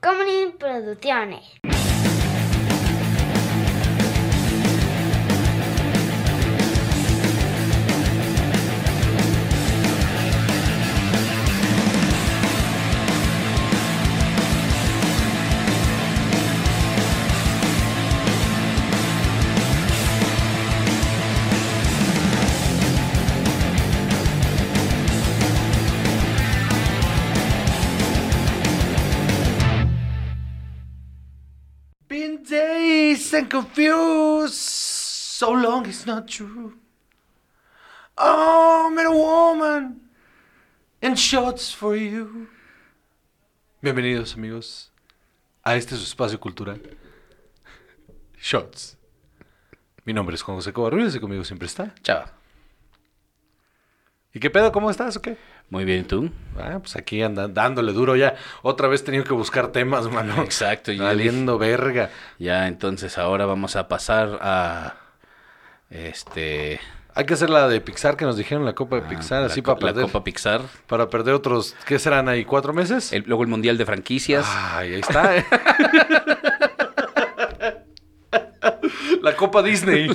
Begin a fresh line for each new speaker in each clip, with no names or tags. Comedy Producciones.
Been dazed and confused, so long it's not true. Oh, I'm a woman, and shots for you. Bienvenidos, amigos, a este su espacio cultural, Shots. Mi nombre es Juan José Covarrubias y conmigo siempre está.
Chao.
¿Y qué pedo? ¿Cómo estás o qué?
Muy bien, ¿y ¿tú?
Ah, pues aquí andan dándole duro ya. Otra vez he tenido que buscar temas, mano.
Exacto, y yo
Valiendo verga.
Ya, entonces ahora vamos a pasar a... Este...
Hay que hacer la de Pixar que nos dijeron, la Copa de Pixar,
Ah, la
así
co-
para perder.
La Copa Pixar.
Para perder otros, ¿qué serán ahí? ¿Cuatro meses?
El- luego el Mundial de Franquicias.
Ay, ahí está. ¿eh? La Copa Disney.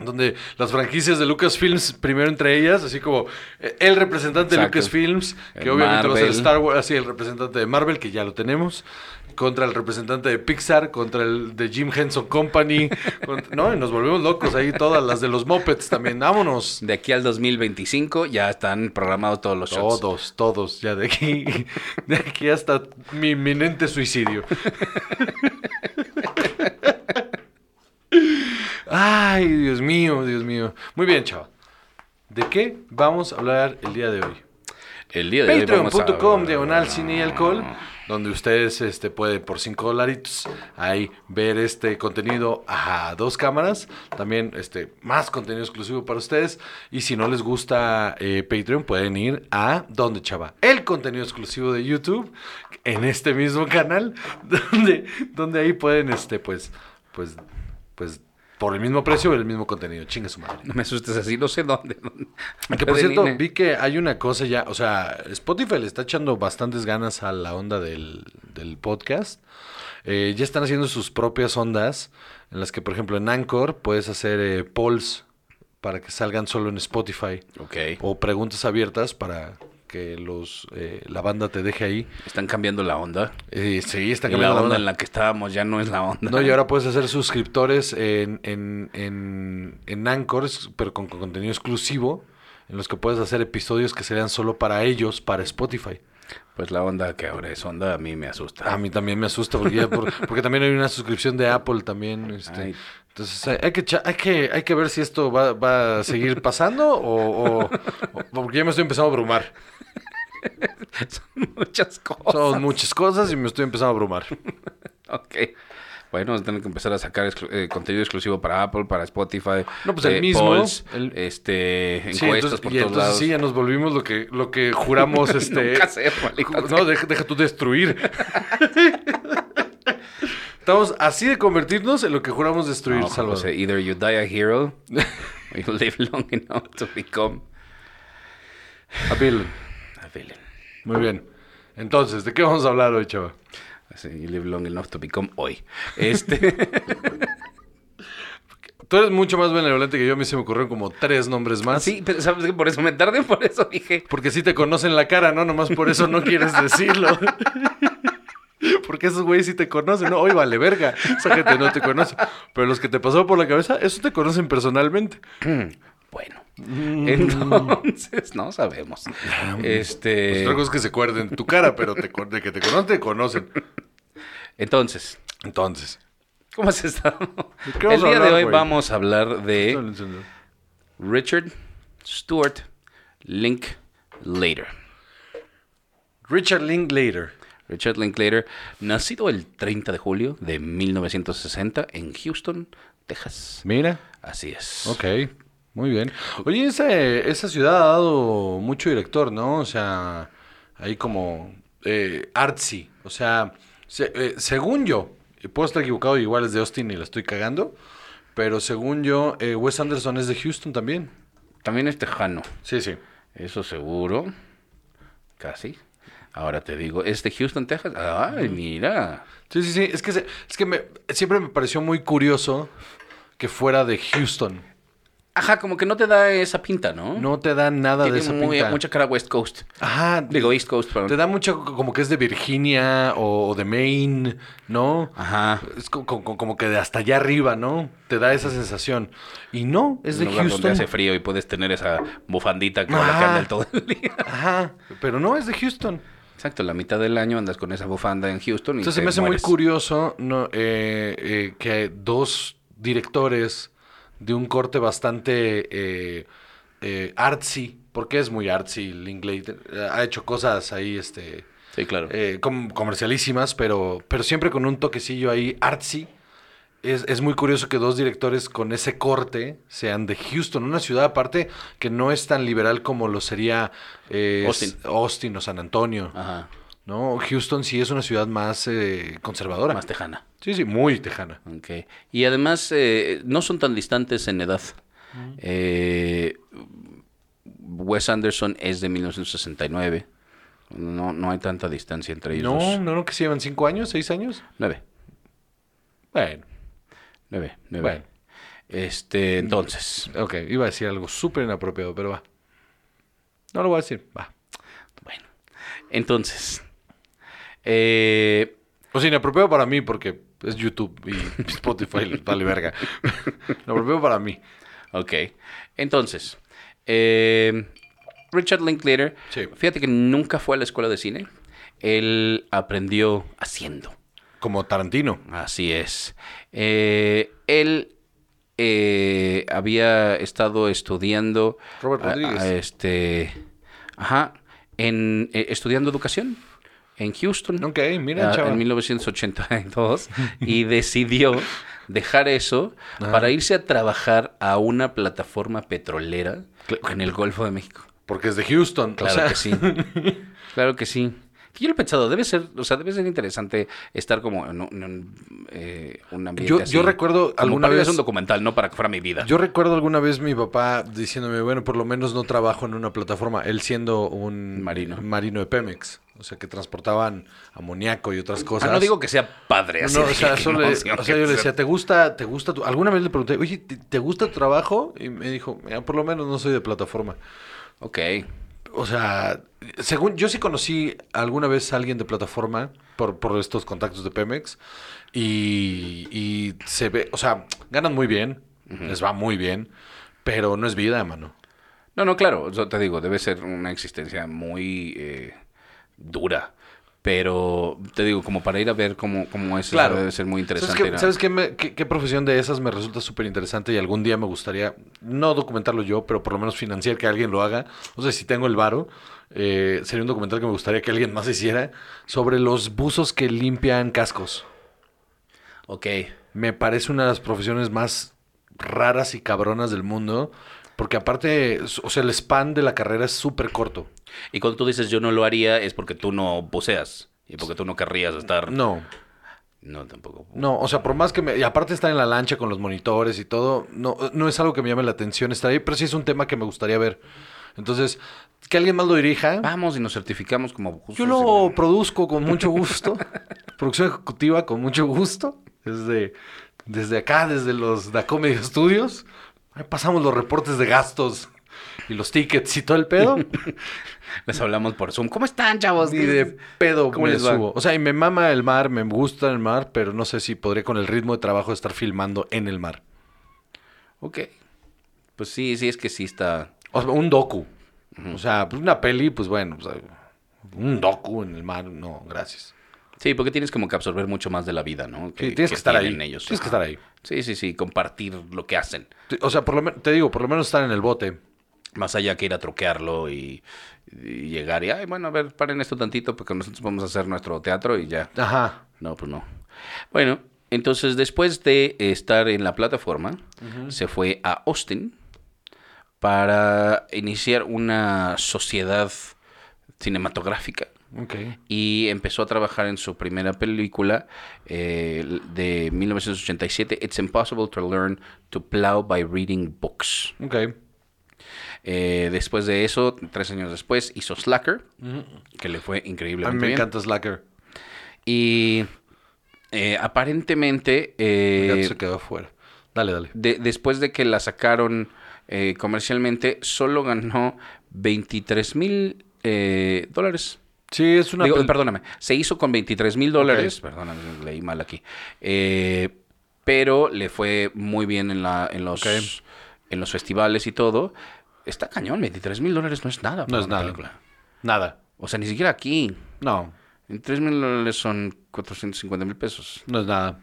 Donde las franquicias de Lucasfilms, primero entre ellas, así como eh, el representante de
Exacto.
Lucasfilms, que
El
obviamente va a ser
Marvel.
Star Wars, así el representante de Marvel, que ya lo tenemos, contra el representante de Pixar, contra el de Jim Henson Company, cont- no, y nos volvemos locos ahí todas, las de los Muppets también, vámonos.
De aquí al 2025 ya están programados todos los shots.
Todos, todos, ya de aquí, de aquí hasta mi inminente suicidio. Ay, Dios mío, Dios mío. Muy bien, chaval. ¿De qué vamos a hablar el día de hoy?
El día de hoy vamos a-
Patreon.com, diagonal cine y alcohol, donde ustedes este, pueden por 5 dolaritos ahí ver este contenido a dos cámaras. También este, más contenido exclusivo para ustedes. Y si no les gusta eh, Patreon, pueden ir a donde chava. El contenido exclusivo de YouTube en este mismo canal, donde, donde ahí pueden, este, pues, pues, pues, por el mismo precio, el mismo contenido. Chingue su madre.
No me asustes así, no sé dónde. dónde.
Que por cierto,
Nina.
vi que hay una cosa ya, o sea, Spotify le está echando bastantes ganas a la onda del, del podcast. Eh, ya están haciendo sus propias ondas, en las que, por ejemplo, en Anchor puedes hacer eh, polls para que salgan solo en Spotify.
Ok.
O preguntas abiertas para que los eh, la banda te deje ahí.
Están cambiando la onda.
Eh, sí, está
Y la
cambiando
onda, en la que estábamos ya no es la onda.
No, y ahora puedes hacer suscriptores en, en, en, en Anchor, es- pero con, con contenido exclusivo, en los que puedes hacer episodios que serían solo para ellos, para Spotify.
Pues la onda que ahora es onda a mí me asusta.
A mí también me asusta, porque, ya por- porque también hay una suscripción de Apple también. este.
Ay.
Entonces hay, hay que, cha- hay, que, hay que ver si esto va, va a seguir pasando o, o- o- Porque ya me estoy empezando a abrumar.
Son muchas cosas.
Son muchas cosas y me estoy empezando a abrumar.
Ok. Bueno, vamos a tener que empezar a sacar exclu- eh, contenido exclusivo para Apple, para Spotify. eh,
No, pues, el mismo,
polls,
el-
este, encuestas
Sí, entonces,
por
y
todos
entonces
lados.
sí, ya nos volvimos lo que, lo que juramos este,
Nunca sé, maldita
Ju-
sea.
No, deja, deja tú destruir. Estamos así de convertirnos en lo que juramos destruir,
No,
Salvador.
José, either you die a hero or you live long enough to become
A Bill.
a villain.
Muy bien. Entonces, ¿de qué vamos a hablar hoy, chava?
Así, you live long enough to become hoy. Este,
Tú eres mucho más benevolente que yo. A mí se me ocurrieron como tres nombres más.
sí, pero sabes que por eso me tardé, por eso dije.
Porque sí te conocen la cara, ¿no? Nomás por eso no quieres decirlo. Porque esos güeyes sí te conocen, ¿no? Hoy vale verga. Esa gente no te conoce. Pero los que te pasó por la cabeza, esos te conocen personalmente.
Bueno,
Mm.
entonces no sabemos. Este,
Ah, Pues Otra cosa es que se acuerden tu cara, pero te, con- de que te conocen, te conocen.
entonces,
Entonces.
¿cómo has estado?
¿De Pues, qué
El
vamos a
día de
hablar,
hoy
güey?
vamos a hablar de
Richard
Richard Stuart Linklater.
Linklater.
Richard Linklater, nacido el 30 de julio de 1960 en Houston, Texas.
Mira.
Así es.
Ok. Muy bien. Oye, ese- esa ciudad ha dado mucho director, ¿no? O sea, ahí como eh, artsy. O sea, se- eh, según yo, y puedo estar equivocado, igual es de Austin y la estoy cagando, pero según yo, eh, Wes Anderson es de Houston también.
También es tejano,
Sí, sí.
eso seguro. Casi. Ahora te digo, ¿es de Houston, Texas? Ay, mira.
Sí, sí, sí. Es que, se- es que me, siempre me pareció muy curioso que fuera de Houston.
Ajá, como que no te da esa pinta, ¿no?
No te da nada
Tiene
de esa
muy-
pinta.
mucha cara West Coast.
Ajá.
Digo, East Coast, perdón.
Te da mucho como que es de Virginia o, o de Maine, ¿no?
Ajá.
Es co- co- co- como que de hasta allá arriba, ¿no? Te da esa sensación. Y no, es
Un
de
lugar
Houston.
donde hace frío y puedes tener esa bufandita con la
Ajá.
que andas todo el día.
Ajá, pero no, es de Houston.
Exacto, la mitad del año andas con esa bufanda en Houston y
Entonces se
te
me hace
mueres.
muy curioso ¿no? eh, eh, que dos directores de un corte bastante eh, eh, artsy, porque es muy artsy Linklater, eh, ha hecho cosas ahí este,
Sí, claro.
eh, com- comercialísimas, pero, pero siempre con un toquecillo ahí artsy. Es, es muy curioso que dos directores con ese corte sean de Houston, una ciudad aparte que no es tan liberal como lo sería eh,
Austin. Ah.
Austin o San Antonio.
Ajá.
No, Houston sí es una ciudad más eh, conservadora.
Más tejana.
sí, sí, muy tejana.
Ok. Y además, eh, no son tan distantes en edad.
Mm.
Eh, Wes Anderson es de 1969. No, no hay tanta distancia entre ellos
No,
dos.
no, no, que se llevan cinco años, seis años.
Nueve.
Bueno,
Nueve. Nueve.
Bueno.
Este, entonces.
ok, iba a decir algo súper inapropiado, pero va. No lo voy a decir, va.
Bueno. Entonces. eh,
O sea, inapropiado para mí porque es YouTube y Spotify, les vale verga. inapropiado para mí.
ok. Entonces. eh, Richard Linklater.
Sí.
Fíjate que nunca fue a la escuela de cine. Él aprendió haciendo.
Como Tarantino.
Así es. Eh, él eh, había estado estudiando.
Robert
a- a-
Rodríguez.
este. Ajá. En, eh, estudiando educación en Houston.
Ok, mira,
ah,
chaval.
En 1982. y decidió dejar eso para irse a trabajar a una plataforma petrolera en el Golfo de México.
Porque es de Houston. o
Claro
sea,
que sí. claro que sí. Que Yo lo he pensado, debe ser, o sea, debe ser interesante estar como en un, en un, eh, un ambiente
Yo-
así.
yo recuerdo
Como
alguna
para ir a
vez-
hacer un documental, no para que fuera mi vida.
Yo recuerdo alguna vez mi papá diciéndome, bueno, por lo menos no trabajo en una plataforma, él siendo un
Marino.
de Pemex, o sea, que transportaban amoníaco y otras
Ah,
cosas.
no digo que sea padre así.
No,
de
o sea,
que
solo
no,
le-
sino
o sea,
que
yo le
sea-
decía, ¿te gusta, te gusta tu-?" Alguna vez le pregunté, oye, ¿te, te gusta tu trabajo? Y me dijo, "Mira, por lo menos no soy de plataforma.
Ok.
O sea, según yo sí conocí alguna vez a alguien de plataforma por, por estos contactos de Pemex y, y se ve, o sea, ganan muy bien, les va muy bien, pero no es vida, mano.
No, no, claro, yo te digo, debe ser una existencia muy eh, dura. Pero te digo, como para ir a ver cómo, cómo es,
Claro.
debe ser muy interesante.
¿Sabes, qué,
¿no?
sabes qué me- qué- qué profesión de esas me resulta súper interesante y algún día me gustaría, no documentarlo yo, pero por lo menos financiar que alguien lo haga? O sea, si tengo el varo, eh, sería un documental que me gustaría que alguien más hiciera sobre los buzos que limpian cascos.
Ok.
Me parece una de las profesiones más raras y cabronas del mundo, porque aparte, o sea, el span de la carrera es súper corto.
Y cuando tú dices yo no lo haría, es porque tú no poseas. Y porque tú no querrías estar.
No,
No, tampoco.
No, o sea, por más que me... Y aparte estar en la lancha con los monitores y todo, no, no es algo que me llame la atención estar ahí, pero sí es un tema que me gustaría ver. Entonces, que alguien más lo dirija.
Vamos y nos certificamos como justos
Yo
y
lo
como-
produzco con mucho gusto. producción ejecutiva con mucho gusto. Desde, desde acá, desde los Da Comedy Studios. Ahí pasamos los reportes de gastos y los tickets y todo el pedo. Pues
les hablamos por Zoom. ¿Cómo están, chavos?
Ni de pedo
¿Cómo
me
les va?
subo. O sea, y me mama el mar, me gusta el mar, pero no sé si podré con el ritmo de trabajo estar filmando en el mar.
Ok. Pues sí, sí, es que sí está.
O sea, un docu. O sea, pues una peli, pues bueno, o sea, un docu en el mar, no, gracias.
Sí, porque tienes como que absorber mucho más de la vida, ¿no?
Sí, tienes que estar ahí.
tienen ellos.
Tienes que estar ahí.
Sí, sí, sí, compartir lo que hacen.
Te- O sea, por lo menos, te digo, por lo menos estar en el bote.
Más allá que ir a troquearlo y, y llegar y, ay, bueno, a ver, paren esto tantito porque nosotros vamos a hacer nuestro teatro y ya.
Ajá.
No, pues no. Bueno, entonces después de estar en la plataforma, se fue a Austin para iniciar una sociedad cinematográfica
Ok.
y empezó a trabajar en su primera película eh, de 1987, It's Impossible to Learn to Plow by Reading Books.
Ok.
Eh, después de eso, tres años después, hizo Slacker,
Mm-hmm.
que le fue
A mí
increíblemente
me
bien.
encanta Slacker.
Y eh, aparentemente,
El gato
eh,
se quedó afuera. Dale, dale.
de- después de que la sacaron eh, comercialmente, solo ganó 23 mil eh, dólares.
Sí, es una.
Digo,
pel-
perdóname, se hizo con 23 mil dólares. Perdóname, leí mal aquí. Eh, pero le fue muy bien en, la, en, los,
Ok.
en los festivales y todo. Está cañón, 23 mil dólares no es nada. para
es
una
nada.
película.
Nada.
O sea, ni siquiera aquí.
No,
23 mil dólares son 450 mil pesos.
no es nada.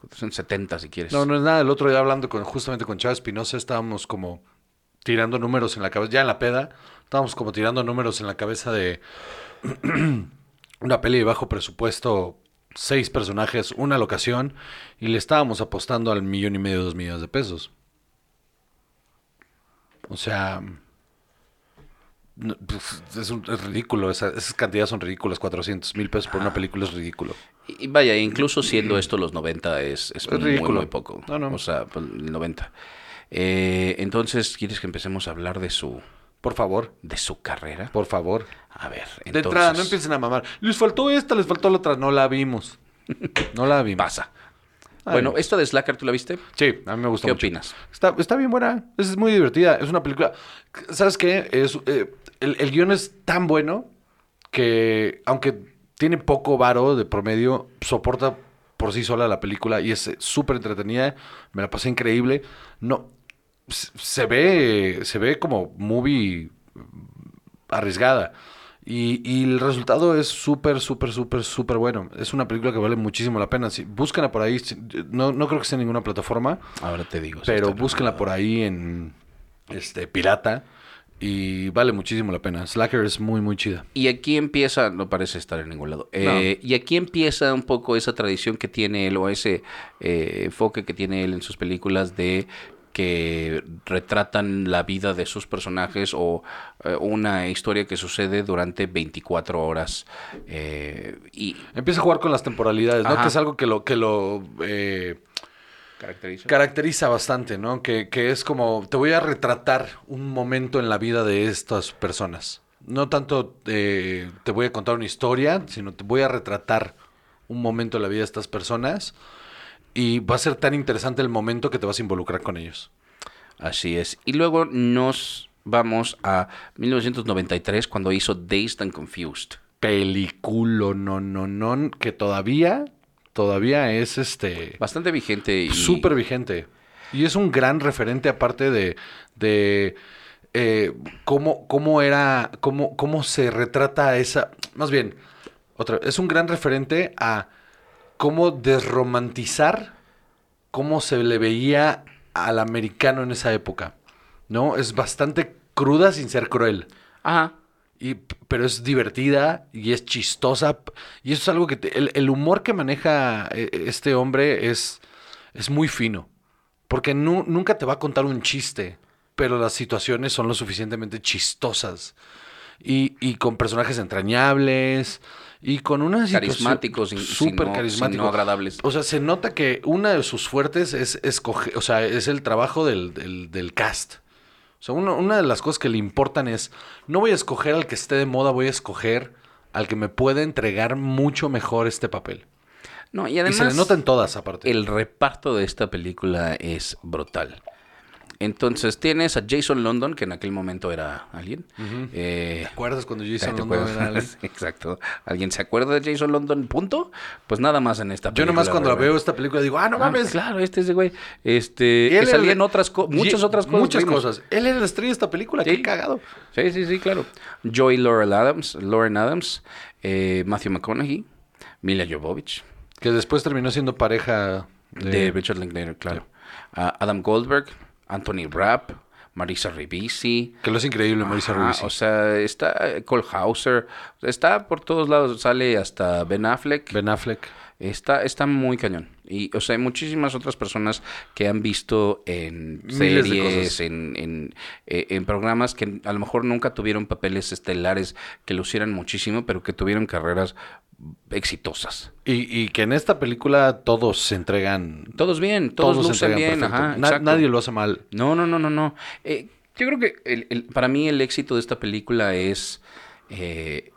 470 si quieres.
No, no es nada. El otro día hablando con justamente con Chávez Espinosa estábamos como tirando números en la cabeza, ya en la peda, estábamos como tirando números en la cabeza de una peli de bajo presupuesto, seis personajes, una locación, y le estábamos apostando al millón y medio, dos millones de pesos. O sea, no, pues, es, un- es ridículo, esa- esas cantidades son ridículas, 400 mil pesos por una película es ridículo.
Y y vaya, incluso siendo esto los 90 es, es muy,
ridículo.
muy poco.
No, no.
O sea, pues, el 90. Eh, entonces, ¿quieres que empecemos a hablar de su,
Por favor,
de su carrera?
por favor.
A ver, entonces,
De entrada, no empiecen a mamar. Les faltó esta, les faltó la otra. No la vimos. No la vimos.
pasa. bueno, esta de Slacker, ¿tú la viste?
Sí, a mí me gustó
¿Qué
mucho.
opinas?
Está, está bien buena. Es muy divertida. Es una película. ¿Sabes qué? Es, eh, el, el guión es tan bueno que, aunque tiene poco varo de promedio, soporta por sí sola la película y es eh, súper entretenida. Me la pasé increíble. No. Se se ve, se ve como movie arriesgada. Y, y el resultado es súper, súper, súper, súper bueno. Es una película que vale muchísimo la pena. Si, búsquenla por ahí. si- No, no creo que esté en ninguna plataforma.
Ahora te digo. si
Pero
está
búsquenla por ahí en este pirata y vale muchísimo la pena. Slacker es muy muy chida.
Y aquí empieza, no parece estar en ningún lado, Eh, y aquí empieza un poco esa tradición que tiene él o ese eh, enfoque que tiene él en sus películas de que retratan la vida de sus personajes o eh, una historia que sucede durante 24 horas. eh, y
Empieza a jugar con las temporalidades, ¿no?
Ajá.
Que es algo que lo que lo eh, caracteriza bastante, ¿no? Que, que es como te voy a retratar un momento en la vida de estas personas. No tanto eh, te voy a contar una historia, sino te voy a retratar un momento en la vida de estas personas y va a ser tan interesante el momento que te vas a involucrar con ellos.
Así es. Y luego nos vamos a 1993 cuando hizo Dazed and Confused.
película no no no que todavía todavía es este
Bastante vigente y...
súper vigente y es un gran referente aparte de de eh, cómo cómo era cómo cómo se retrata esa más bien otra es un gran referente a cómo desromantizar cómo se le veía al americano en esa época no es bastante cruda sin ser cruel
Ajá.
y, p- pero es divertida y es chistosa. p- Y eso es algo que... te- el, el humor que maneja eh, eh, este hombre es, es muy fino. Porque nu- nunca te va a contar un chiste, pero las situaciones son lo suficientemente chistosas. Y, y con personajes entrañables y con una situación
Carismáticos, sin- sin
súper
no-
carismático.
sin no agradables.
O sea, se nota que una de sus fuertes es escoger, o sea, es el trabajo del, del- del cast. O sea, uno- una de las cosas que le importan es, no voy a escoger al que esté de moda, voy a escoger al que me pueda entregar mucho mejor este papel.
No, y
Y
además...
se le nota en todas, aparte.
El reparto de esta película es brutal. Entonces tienes a Jason London, que en aquel momento era alguien. Eh,
¿Te acuerdas cuando yo
¿te
hice
acuerdas? Exacto. ¿Alguien se acuerda de Jason London? Punto. Pues nada más en esta
Yo
película.
nomás cuando la
güey.
veo esta película digo, ah, no
Ah,
mames.
Claro, este es de güey. Este,
Él
que
era
salía en
la-
otras co-
Y-
muchas otras cosas.
Muchas
vimos.
cosas. Él era la estrella de esta película,
Sí.
qué cagado.
Sí, sí, sí, claro. Joy Lauren Adams, Lauren Adams, eh, Matthew McConaughey, Mila Jovovich,
Que después terminó siendo pareja de...
de Richard Linklater, claro. Ah, Adam Goldberg, Anthony Rapp, Marisa Ribisi.
Que lo es increíble, Marisa
Ajá,
Ribisi.
o sea, está eh, Cole Hauser, o sea, está por todos lados, sale hasta Ben Affleck.
Ben Affleck.
Está, está muy cañón. Y, o sea, hay muchísimas otras personas que han visto en
Miles de
series,
cosas.
en, en, eh, en programas que a lo mejor nunca tuvieron papeles estelares que lucieran muchísimo, pero que tuvieron carreras exitosas.
Y, y que en esta película todos se entregan.
Todos bien, todos,
Todos, se
lucen
entregan
bien,
perfecto.
ajá,
Na-
exacto.
nadie lo hace mal.
No, no, no, no, no. Eh, Yo creo que el- el- para mí el éxito de esta película es eh,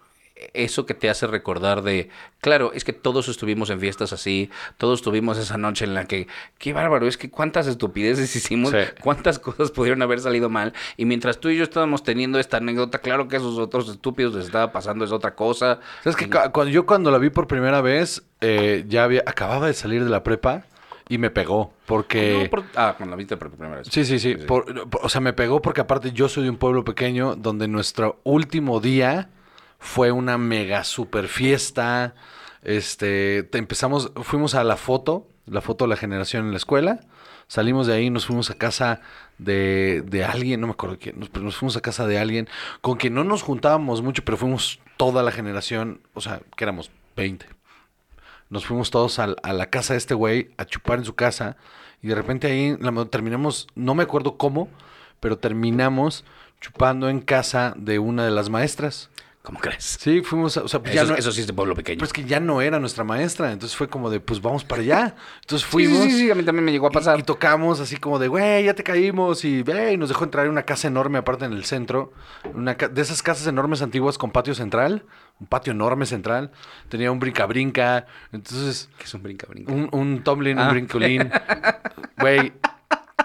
eso que te hace recordar de, claro, es que todos estuvimos en fiestas así, todos tuvimos esa noche en la que, qué bárbaro, es que cuántas estupideces hicimos,
Sí.
cuántas cosas pudieron haber salido mal, y mientras tú y yo estábamos teniendo esta anécdota, claro que a esos otros estúpidos les estaba pasando es otra cosa.
¿Sabes que cuando, yo cuando la vi por primera vez, eh, ya había, acababa de salir de la prepa y me pegó. Porque...
No, por- ah, cuando la viste por primera vez.
Sí, sí, sí. Por- por- o sea, me pegó porque aparte yo soy de un pueblo pequeño donde nuestro último día fue una mega super fiesta. Este, te empezamos, fuimos a la foto, la foto de la generación en la escuela. Salimos de ahí, nos fuimos a casa de, de alguien, no me acuerdo quién, nos, pero nos fuimos a casa de alguien con quien no nos juntábamos mucho, pero fuimos toda la generación, o sea, que éramos 20, nos fuimos todos al- a, la casa de este güey a chupar en su casa. Y de repente ahí la mo- terminamos, no me acuerdo cómo, pero terminamos chupando en casa de una de las maestras.
¿Cómo crees?
Sí, fuimos, a- o sea, pues ya
eso,
no,
eso sí es de pueblo pequeño.
pues que ya no era nuestra maestra. Entonces fue como de, pues vamos para allá. Entonces
Sí,
fuimos.
sí, sí, sí, a mí también me llegó a
Y-
pasar.
Y, tocamos así como de, güey, ya te caímos. Y "Güey", nos dejó entrar en una casa enorme, aparte en el centro. Una ca- de esas casas enormes antiguas con patio central. Un patio enorme central. Tenía un brinca-brinca. Entonces,
que es un brinca, brinca.
un, un Tomlin, un
Ah.
brinculín. Güey,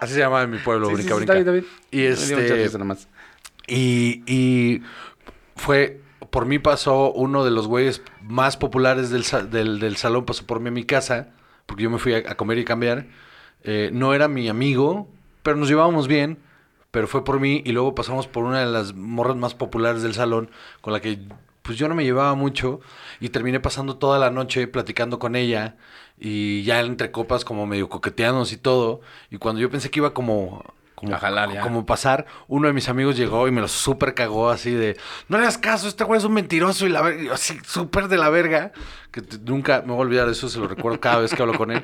así se llamaba en mi pueblo,
Sí, sí,
brinca,
sí,
brinca.
está bien,
Y
está bien. Me dio mucha risa
este.
nomás.
Y, y fue. Por mí pasó uno de los güeyes más populares del, sa- del, del salón, pasó por mí a mi casa, porque yo me fui a, a comer y cambiar. Eh, no era mi amigo, pero nos llevábamos bien, pero fue por mí y luego pasamos por una de las morras más populares del salón, con la que pues yo no me llevaba mucho y terminé pasando toda la noche platicando con ella y ya entre copas como medio coqueteándonos y todo. Y cuando yo pensé que iba como... Como,
A jalar ya.
como pasar, uno de mis amigos llegó y me lo súper cagó así de, no le hagas caso, este güey es un mentiroso y la verga, y yo así súper de la verga, que t- nunca me voy a olvidar de eso, se lo recuerdo cada vez que hablo con él.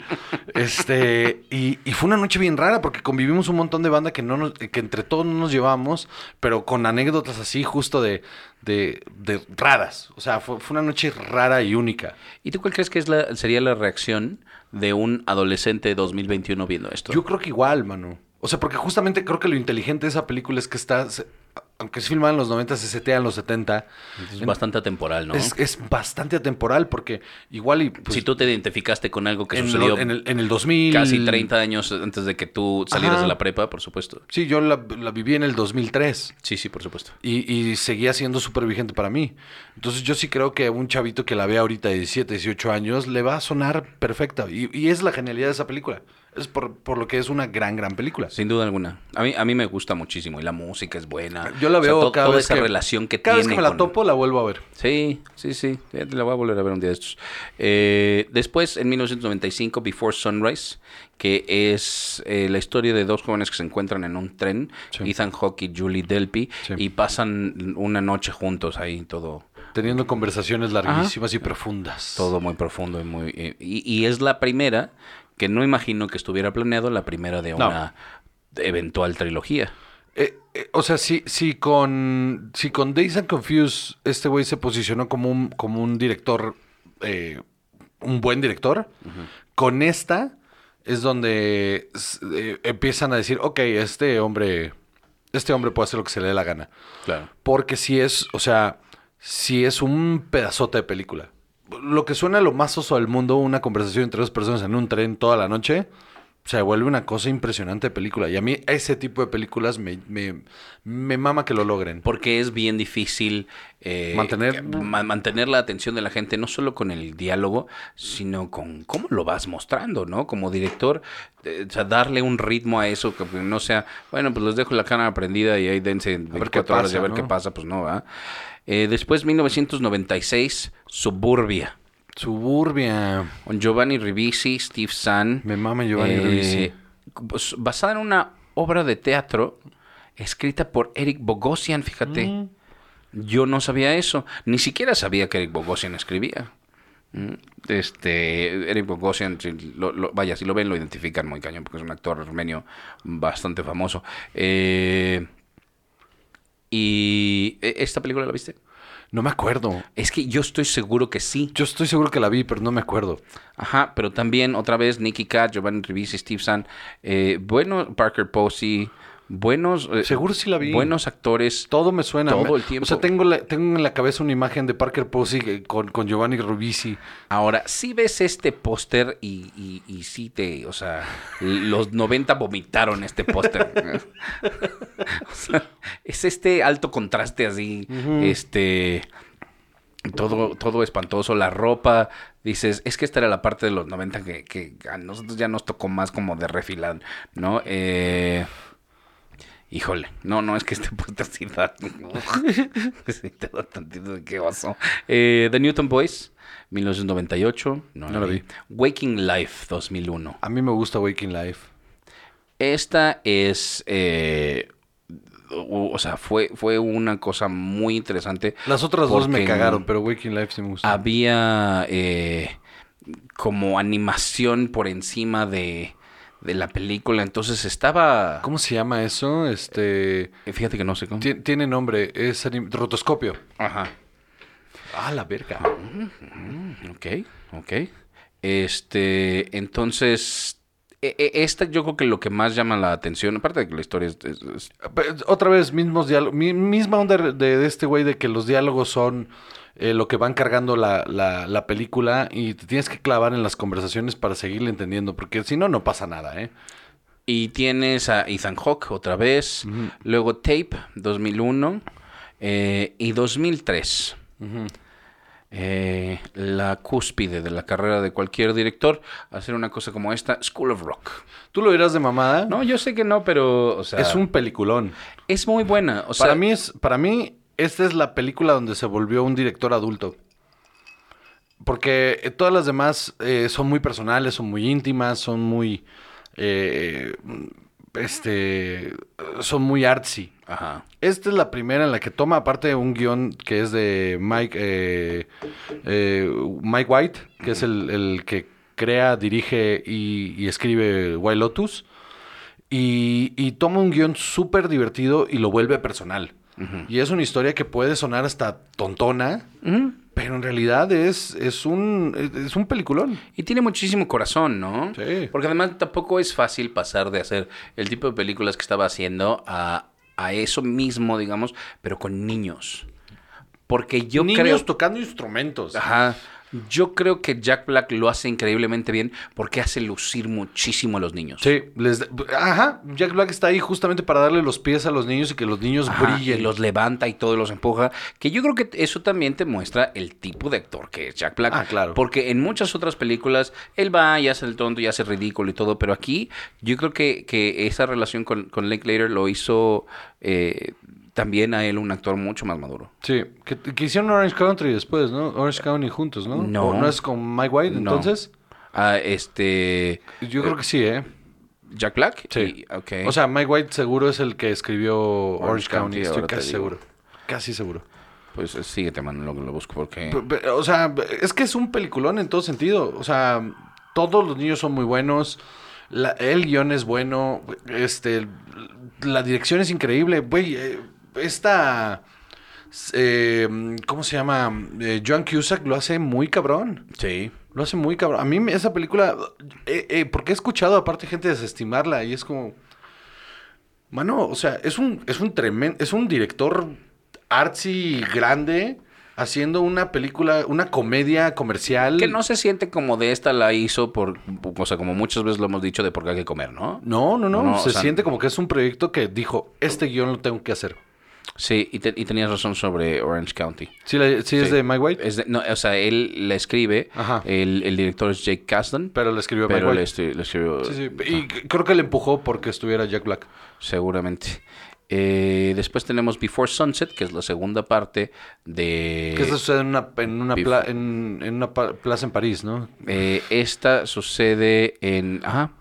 Este, y, y fue una noche bien rara porque convivimos un montón de banda que no nos, que entre todos no nos llevamos, pero con anécdotas así justo de, de, de raras. O sea, fue, fue una noche rara y única.
¿Y tú cuál crees que es la, sería la reacción de un adolescente de 2021 viendo esto?
Yo creo que igual, mano. O sea, porque justamente creo que lo inteligente de esa película es que está, se- aunque es filmada en los 90, se setea en los 70.
es
En-
bastante atemporal, ¿no?
Es, es bastante atemporal porque igual y pues,
si tú te identificaste con algo que
en, lo-
sucedió
en el, en el 2000...
casi 30 años antes de que tú salieras
Ajá.
de la prepa, por supuesto.
Sí, yo la, la viví en el 2003
Sí, sí, por supuesto.
y, y seguía siendo súper vigente para mí. Entonces yo sí creo que un chavito que la vea ahorita de 17, 18 años le va a sonar perfecta. Y, y es la genialidad de esa película. Es por, por lo que es una gran, gran película.
Sin duda alguna. A mí, a mí me gusta muchísimo y la música es buena.
Yo la
O sea,
veo
to-
cada
toda
vez
esa
que,
relación que
cada
tiene.
vez que me la
con-
topo la vuelvo a ver.
Sí, sí, sí. Ya te la voy a volver a ver un día de estos. Eh, después, en 1995, Before Sunrise, que es eh, la historia de dos jóvenes que se encuentran en un tren,
Sí.
Ethan Hawke y Julie Delpy,
Sí.
y pasan una noche juntos ahí, todo,
Teniendo conversaciones larguísimas y profundas.
todo muy profundo y muy... eh, Y, y es la primera, que no imagino que estuviera planeado, la primera de
No.
una eventual trilogía.
Eh, eh, o sea, si, si con si con Days and Confused este güey se posicionó como un, como un director, eh, un buen director, con esta es donde s- eh, empiezan a decir, ok, este hombre, este hombre puede hacer lo que se le dé la gana.
Claro.
Porque si es, o sea, si es un pedazote de película. Lo que suena lo más oso del mundo, una conversación entre dos personas en un tren toda la noche, se vuelve una cosa impresionante de película. Y a mí ese tipo de películas me, me, me mama que lo logren.
Porque es bien difícil eh,
Mantener-
que- ma- mantener la atención de la gente, no solo con el diálogo, sino con cómo lo vas mostrando, ¿no? Como director, eh, o sea, darle un ritmo a eso que no sea, bueno, pues les dejo la cámara prendida y ahí dense 24 horas y a
pasa,
ver
¿no?
qué pasa, pues no, ¿verdad? Eh, después, 1996, Suburbia,
Suburbia.
con Giovanni Ribisi, Steve San.
Me mama Giovanni
eh,
Ribisi.
pues, basada en una obra de teatro escrita por Eric Bogosian, fíjate.
Mm.
Yo no sabía eso. Ni siquiera sabía que Eric Bogosian escribía. Mm, Este, Eric Bogosian, si lo- lo- vaya, si lo ven, lo identifican muy cañón, porque es un actor armenio bastante famoso. Eh, y ¿e- esta película la viste?
No me acuerdo.
Es que yo estoy seguro que sí.
Yo estoy seguro que la vi, pero no me acuerdo.
Ajá, pero también otra vez Nicky Cat, Giovanni Ribisi, Steve San, eh, bueno, Parker Posey, buenos. eh,
Seguro sí la vi.
Buenos actores.
Todo me suena.
Todo
me-
el tiempo.
O sea, tengo, la- tengo en la cabeza una imagen de Parker Posey que- con, con Giovanni Rubisi.
Ahora, si ves este póster y, y, y sí te, o sea, los 90 vomitaron este póster. O sea, es este alto contraste así, este, todo, todo espantoso, la ropa, dices, es que esta era la parte de los 90 que, que a nosotros ya nos tocó más como de refilán, ¿no? Eh, Híjole, no, no, es que este póster sí da. sí, te da tantito de qué oso. Eh, The Newton Boys, 1998. No,
No
la
la
vi.
vi.
Waking Life, 2001.
A mí me gusta Waking Life.
Esta es. eh, o, o sea, fue, fue una cosa muy interesante.
Las otras dos me
porque
cagaron, pero Waking Life sí me gusta.
Había eh, como animación por encima de, de la película. Entonces estaba.
¿Cómo se llama eso? Este
Eh, Fíjate que no sé cómo.
ti- tiene nombre, es anim- rotoscopio.
Ajá.
Ah, la verga.
Ok, ok. Este, entonces, e- e- esta yo creo que lo que más llama la atención, aparte de que la historia es... es- es-
Pe- Otra vez, mismos diálogos, misma onda de, de este güey de que los diálogos son eh, lo que van cargando la, la- la película y te tienes que clavar en las conversaciones para seguirle entendiendo, porque si no, no pasa nada, ¿eh?
Y tienes a Ethan Hawke otra vez, luego Tape, 2001, eh, y 2003. Eh, la cúspide de la carrera de cualquier director, hacer una cosa como esta, School of Rock.
Tú lo dirás de mamada.
No, yo sé que no, pero, o sea,
es un peliculón.
es muy buena. O sea,
para mí es, para mí, esta es la película donde se volvió un director adulto. Porque eh, todas las demás eh, son muy personales, son muy íntimas, son muy. eh, este. Son muy artsy.
Ajá.
Esta es la primera en la que toma, aparte, un guión que es de Mike, eh, eh, Mike White, que es el, el que crea, dirige y, y escribe Wild Lotus. Y, y toma un guión súper divertido y lo vuelve personal. Y es una historia que puede sonar hasta tontona, pero en realidad es, es, un, es un peliculón.
Y tiene muchísimo corazón, ¿no?
Sí.
Porque además tampoco es fácil pasar de hacer el tipo de películas que estaba haciendo a, a eso mismo, digamos, pero con niños. Porque yo
Niños
creo...
tocando instrumentos.
Ajá. Yo creo que Jack Black lo hace increíblemente bien porque hace lucir muchísimo a los niños.
Sí, les da- ajá, Jack Black está ahí justamente para darle los pies a los niños y que los niños
Ajá, y
brillen.
los levanta y todo los empuja. Que yo creo que eso también te muestra el tipo de actor que es Jack Black.
Ah, claro.
Porque en muchas otras películas él va y hace el tonto y hace el ridículo y todo. Pero aquí yo creo que, que esa relación con, con Linklater lo hizo eh, también a él un actor mucho más maduro.
Sí, que, que hicieron Orange Country después, ¿no? Orange County juntos, ¿no?
No.
¿O ¿No es con Mike White
No.
entonces?
Ah, este.
Yo creo que sí, ¿eh?
Jack Black.
Sí.
Y- ok.
O sea, Mike White seguro es el que escribió Orange,
Orange
County,
County,
estoy
ahora te
casi
digo.
seguro. Casi seguro.
pues eh, síguete, man, lo, lo busco porque.
Pe- pe- O sea, es que es un peliculón en todo sentido. O sea, todos los niños son muy buenos. la- el guión es bueno. Este, la dirección es increíble. Güey, eh, esta... eh, ¿Cómo se llama? Eh, Joan Cusack lo hace muy cabrón.
Sí.
Lo hace muy cabrón. A mí me- esa película, eh, eh, porque he escuchado aparte gente desestimarla y es como, mano, o sea, es un, es un tremendo, es un director artsy grande haciendo una película, una comedia comercial.
Que no se siente como de esta la hizo por, o sea, como muchas veces lo hemos dicho, de por qué hay que comer, ¿no?
No, no, no,
No,
se
o sea,
siente como que es un proyecto que dijo, este guión lo tengo que hacer.
Sí, y, te- y tenías razón sobre Orange County.
Sí, la- sí, es
Sí. Eh,
de Mike White,
Es de- no, o sea, él la escribe,
Ajá.
el, el director es Jake Kasdan, pero,
pero lo escribió Mike
le,
White.
estri- le escribió
Sí, sí, Y c- creo que le empujó porque estuviera Jack Black.
seguramente. Eh, después tenemos Before Sunset, que es la segunda parte de...
que esto sucede en una, en una,
Biff.
pla- en- en una pa- plaza en París, ¿no?
eh, esta sucede en... Ajá,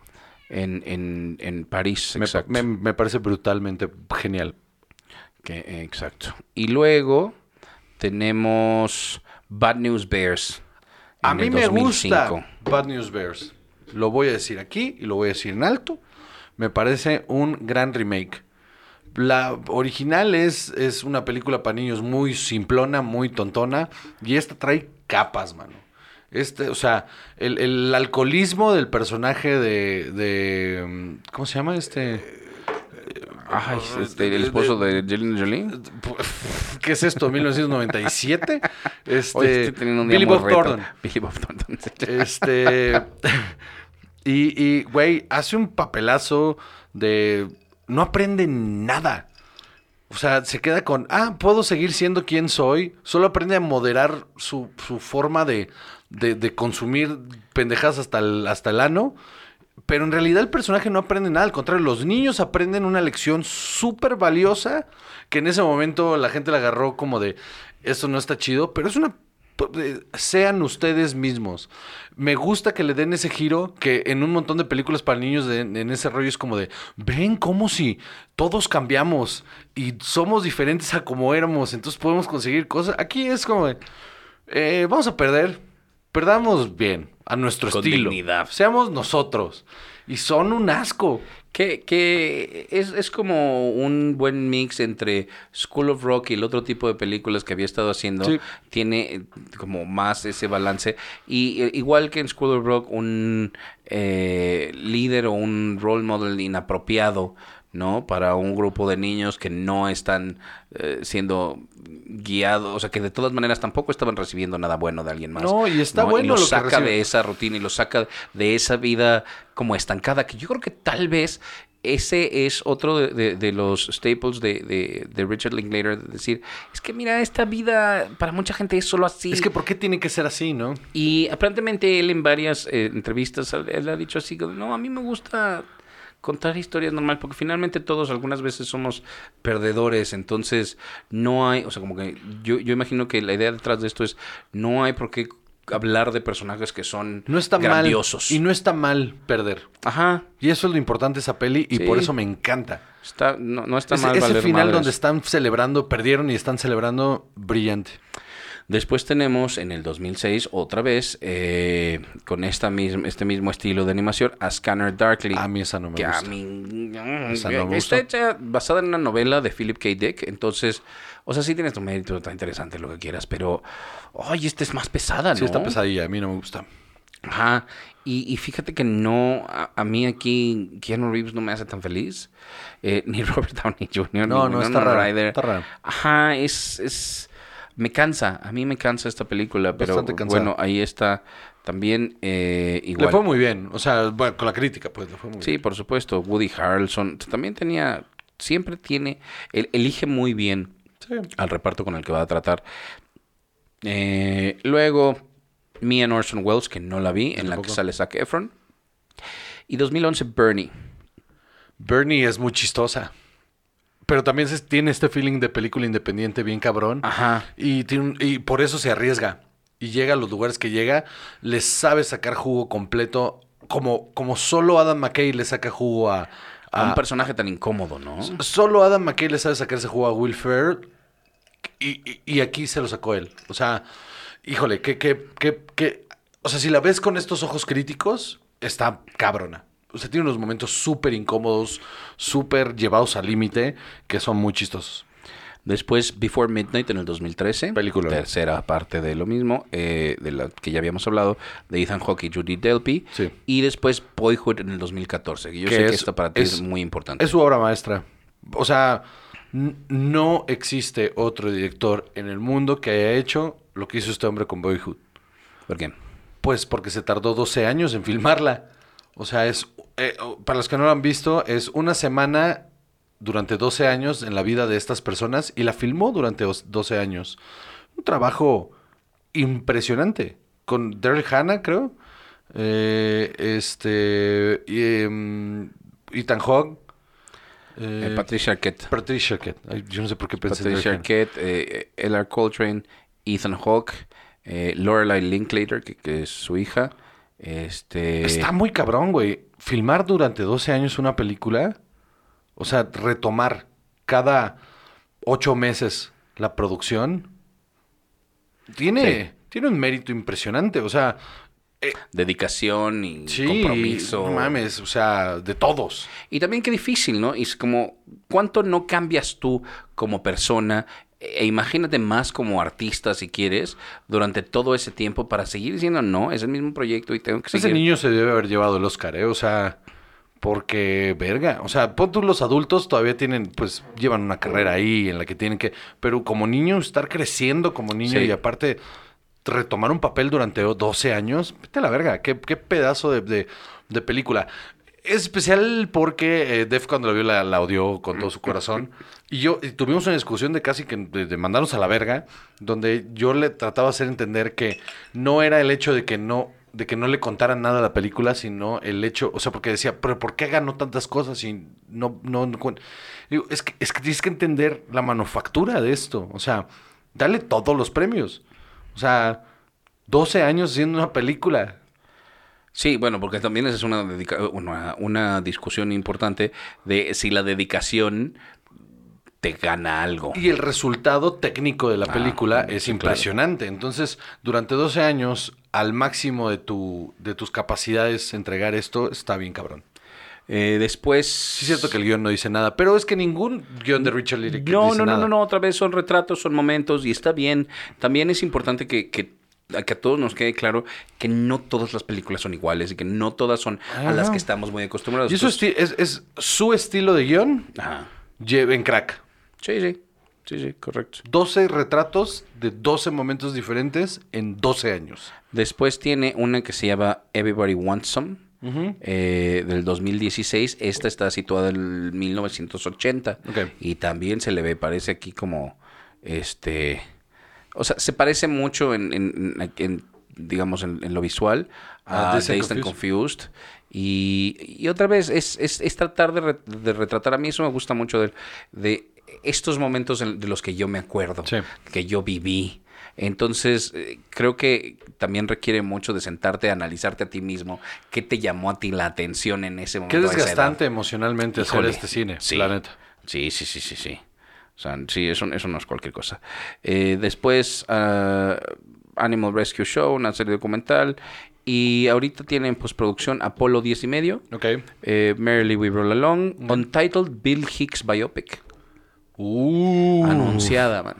en, en, en París,
Me,
exacto.
me- me parece brutalmente genial.
Que, eh, exacto. Y luego tenemos Bad News Bears.
A
en
mí
el
me
2005.
gusta Bad News Bears. Lo voy a decir aquí y lo voy a decir en alto. Me parece un gran remake. La original es, es una película para niños muy simplona, muy tontona. Y esta trae capas, mano. Este, o sea, el, el alcoholismo del personaje de, de, mm, ¿Cómo se llama este?
Ay, este, el esposo de Angelina Jolie.
¿Qué es esto? ¿1997? Este,
Hoy estoy teniendo un día
Billy
muy
Bob
reto.
Thornton.
Billy Bob Thornton.
Este. y, y, güey, hace un papelazo de. No aprende nada. O sea, se queda con. Ah, puedo seguir siendo quien soy. Solo aprende a moderar su, su forma de, de, de consumir pendejadas hasta el, hasta el ano. Pero en realidad el personaje no aprende nada, al contrario, los niños aprenden una lección súper valiosa que en ese momento la gente la agarró como de, esto no está chido, pero es una... eh, Sean ustedes mismos. Me gusta que le den ese giro que en un montón de películas para niños de- en ese rollo es como de, ven como si todos cambiamos y somos diferentes a como éramos, entonces podemos conseguir cosas. Aquí es como de, "Eh, vamos a perder, perdamos bien, a nuestro
Con
estilo.
dignidad.
Seamos nosotros. Y son un asco.
Que, que es, es como un buen mix entre School of Rock y el otro tipo de películas que había estado haciendo.
Sí.
Tiene eh, como más ese balance. Y eh, igual que en School of Rock, un eh, líder o un role model inapropiado, ¿no? Para un grupo de niños que no están eh, siendo guiados, o sea, que de todas maneras tampoco estaban recibiendo nada bueno de alguien más.
No, y está bueno
los
lo que
saca de
reciben.
esa rutina y lo saca de esa vida como estancada, que yo creo que tal vez ese es otro de, de- de los staples de, de- de Richard Linklater, de decir, es que mira, esta vida para mucha gente es solo así.
Es que ¿por qué tiene que ser así, no?
Y aparentemente él en varias eh, entrevistas, él ha dicho así, como, no, a mí me gusta contar historias normales, porque finalmente todos algunas veces somos perdedores, entonces no hay, o sea, como que yo, yo imagino que la idea detrás de esto es, no hay por qué hablar de personajes que son
No está
grandiosos.
mal. Y no está mal perder.
Ajá,
Y eso es lo importante de esa peli y
Sí.
por eso me encanta.
está, no, no está
Ese-
mal.
ese
valer
final
madres.
donde están celebrando, perdieron y están celebrando, brillante.
Después tenemos en el 2006 otra vez eh, con esta misma, este mismo estilo de animación a Scanner Darkly.
A mí esa no me
que a
gusta.
mí-
Esa no me
está
gustó.
hecha basada en una novela de Philip K. Dick, entonces, o sea, sí tienes tu mérito, está interesante lo que quieras, pero, ay, esta es más pesada, ¿no?
Sí, está pesadilla, a mí no me gusta.
Ajá. Y, y fíjate que no, a, a mí aquí Keanu Reeves no me hace tan feliz. eh, ni Robert Downey Jr.
No,
ni
no,
Winona
está raro,
Ryder.
está raro.
Ajá, es, es... Me cansa, a mí me cansa esta película, pero
Bastante cansada.
bueno, ahí está también eh, igual.
Le fue muy bien. O sea, bueno, con la crítica, pues le fue muy
Sí, por supuesto, Woody Harrelson también tenía, siempre tiene, él elige muy bien
bien. Sí.
al reparto con el que va a tratar. Eh, luego, Mia and Orson Welles, que no la vi, en la que
tampoco.
sale Zac Efron. Y 2011, Bernie.
Bernie es muy chistosa. Pero también se- tiene este feeling de película independiente bien cabrón.
Ajá.
Y, tiene un- y por eso se arriesga. Y llega a los lugares que llega, le sabe sacar jugo completo, como, como solo Adam McKay le saca jugo a...
A un
a-
personaje tan incómodo, ¿no?
solo Adam McKay le sabe sacar ese jugo a Will Ferrell. Y, y- y aquí se lo sacó él. O sea, híjole, que, que, que, que... O sea, si la ves con estos ojos críticos, está cabrona. O sea, tiene unos momentos súper incómodos, súper llevados al límite, que son muy chistosos.
Después, Before Midnight en el 2013.
Película.
Tercera parte de lo mismo, eh, de la que ya habíamos hablado, de Ethan Hawke y Judy Delpy.
Sí.
Y después, Boyhood en el 2014. que Yo
Que
sé que
es-
esta para ti es,
es-
muy importante.
Es su obra maestra. O sea, n- no existe otro director en el mundo que haya hecho lo que hizo este hombre con Boyhood.
¿Por qué?
Pues porque se tardó 12 años en filmarla. O sea, es eh, oh, para los que no lo han visto, es una semana durante 12 años en la vida de estas personas y la filmó durante os- 12 años. Un trabajo impresionante con Daryl Hannah, creo. Eh, este. Y, em, Ethan Hogg.
Eh, Patricia Arquette.
Patricia Arquette. Ay, yo no sé por qué pensé en
Patricia
Daryl Hannah.
Arquette, eh, L.R. Coltrane, Ethan Hawke, eh, Lorelai Linklater, que, que es su hija. Este,
Está muy cabrón, güey. Filmar durante 12 años una película, o sea, retomar cada ocho meses la producción, tiene, tiene un mérito impresionante. O sea,
dedicación y
sí,
compromiso.
no mames, o sea, de todos.
Y también qué difícil, ¿no? Y es como, ¿cuánto no cambias tú como persona? E imagínate más como artista, si quieres, durante todo ese tiempo para seguir diciendo, no, es el mismo proyecto y tengo que
Ese
seguir.
niño se debe haber llevado el Oscar, ¿eh? O sea, Porque, verga, o sea, pon tú los adultos todavía tienen, pues, llevan una carrera ahí en la que tienen que, pero como niño, estar creciendo como niño
Sí.
y aparte retomar un papel durante 12 años, vete a la verga, qué, qué pedazo de, de- de película. Es especial porque eh, Def cuando la vio la, la odió con todo su corazón. Y yo y tuvimos una discusión de casi que de, de mandarnos a la verga, donde yo le trataba de hacer entender que no era el hecho de que no de que no le contaran nada a la película, sino el hecho, o sea, porque decía, pero ¿por qué ganó tantas cosas y no, no, no cuen-?" Digo, es que, es que tienes que entender la manufactura de esto, o sea, dale todos los premios, o sea, 12 años haciendo una película,
Sí, bueno, porque también esa es una, dedica- una, una discusión importante de si la dedicación te gana algo.
Y el resultado técnico de la
Ah,
película es
sí, claro.
impresionante. Entonces, durante 12 años, al máximo de, tu, de tus capacidades, entregar esto está bien cabrón.
Eh, después...
Sí es cierto que el guión no dice nada, pero es que ningún guión de Richard Lyric
No,
dice
no, no,
nada.
no, no, otra vez son retratos, son momentos y está bien. También es importante que, que, que a todos nos quede claro que no todas las películas son iguales y que no todas son a
Ah,
las
no.
que estamos muy acostumbrados.
Y eso
Entonces-
esti- es, es su estilo de guión
Ajá.
lle- en crack.
Sí, sí, sí, sí, correcto.
12 retratos de 12 momentos diferentes en 12 años.
Después tiene una que se llama Everybody Wants Some, eh, del 2016. Esta está situada en 1980.
Ok.
Y también se le ve, parece aquí como, este, o sea, se parece mucho en, en- en- en, digamos, en, en lo visual
Ah,
a
Dazed and
Dazed and
Confused.
Confused. Y, y otra vez, es, es- es tratar de, re- de retratar, a mí eso me gusta mucho de, de estos momentos en- de los que yo me acuerdo,
Sí.
que yo viví. Entonces, eh, creo que también requiere mucho de sentarte, a analizarte a ti mismo, qué te llamó a ti la atención en ese momento.
Qué
a esa edad.
desgastante emocionalmente hacer
Híjole,
este cine,
sí.
la neta.
Sí, sí, sí, sí, sí. O sea, sí, eso, eso no es cualquier cosa. Eh, después, ah, Animal Rescue Show, una serie documental. Y ahorita tiene en postproducción Apolo 10 y medio,
Ok.
eh, Merrily We Roll Along, Untitled Bill Hicks Biopic.
Uh,
Anunciada, man.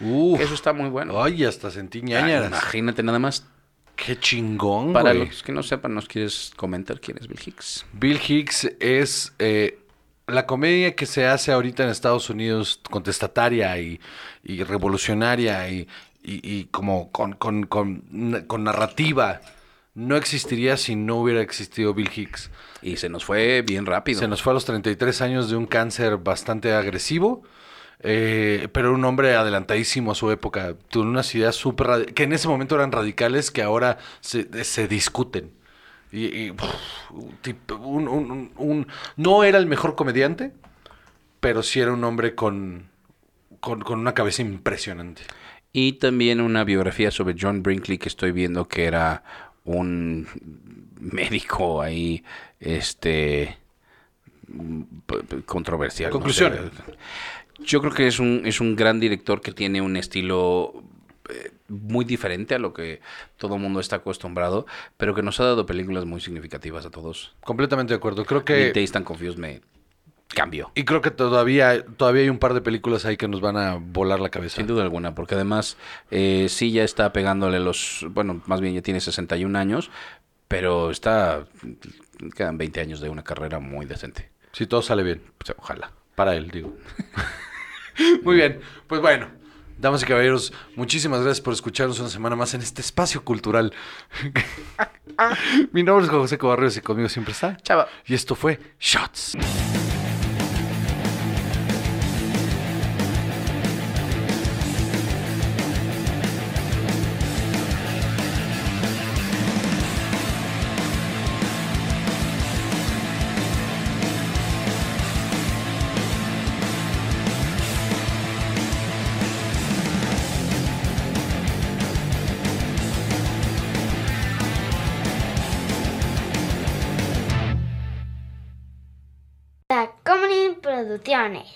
Uf.
Eso está muy bueno.
Ay, hasta sentí
Ah,
ñañaras.
Imagínate nada más.
Qué chingón,
Para
güey.
los que no sepan, ¿nos quieres comentar quién es Bill Hicks?
Bill Hicks es eh, la comedia que se hace ahorita en Estados Unidos contestataria y, y revolucionaria y, y- y como con, con- con- con narrativa. No existiría si no hubiera existido Bill Hicks.
Y se nos fue bien rápido.
Se nos fue a los 33 años de un cáncer bastante agresivo, eh, pero un hombre adelantadísimo a su época. Tuvo unas ideas súper radi- que en ese momento eran radicales que ahora se, se discuten. Y, y, puf, un tipo- un- un- un- un- no era el mejor comediante, pero sí era un hombre con, con, con una cabeza impresionante.
Y también una biografía sobre John Brinkley que estoy viendo que era un médico ahí, este mm, p- p- controversial. no sé.
Conclusiones.
Yo creo que es un, es un gran director que tiene un estilo eh, muy diferente a lo que todo el mundo está acostumbrado, pero que nos ha dado películas muy significativas a todos.
Completamente de acuerdo. Creo
Que...
que...
Days and Confused me cambió.
Y creo que todavía, todavía hay un par de películas ahí que nos van a volar la cabeza.
Sin duda alguna, porque además eh, sí ya está pegándole los, bueno, más bien ya tiene 61 años, pero está, quedan 20 años de una carrera muy decente.
Si todo sale bien. pues,
O sea, ojalá.
Para él, digo. Muy bien, pues bueno. Damas y caballeros, muchísimas gracias por escucharnos una semana más en este espacio cultural. Mi nombre es José Cobarrios y conmigo siempre está.
Chava.
Y esto fue Shots.
Tacomunin Producciones.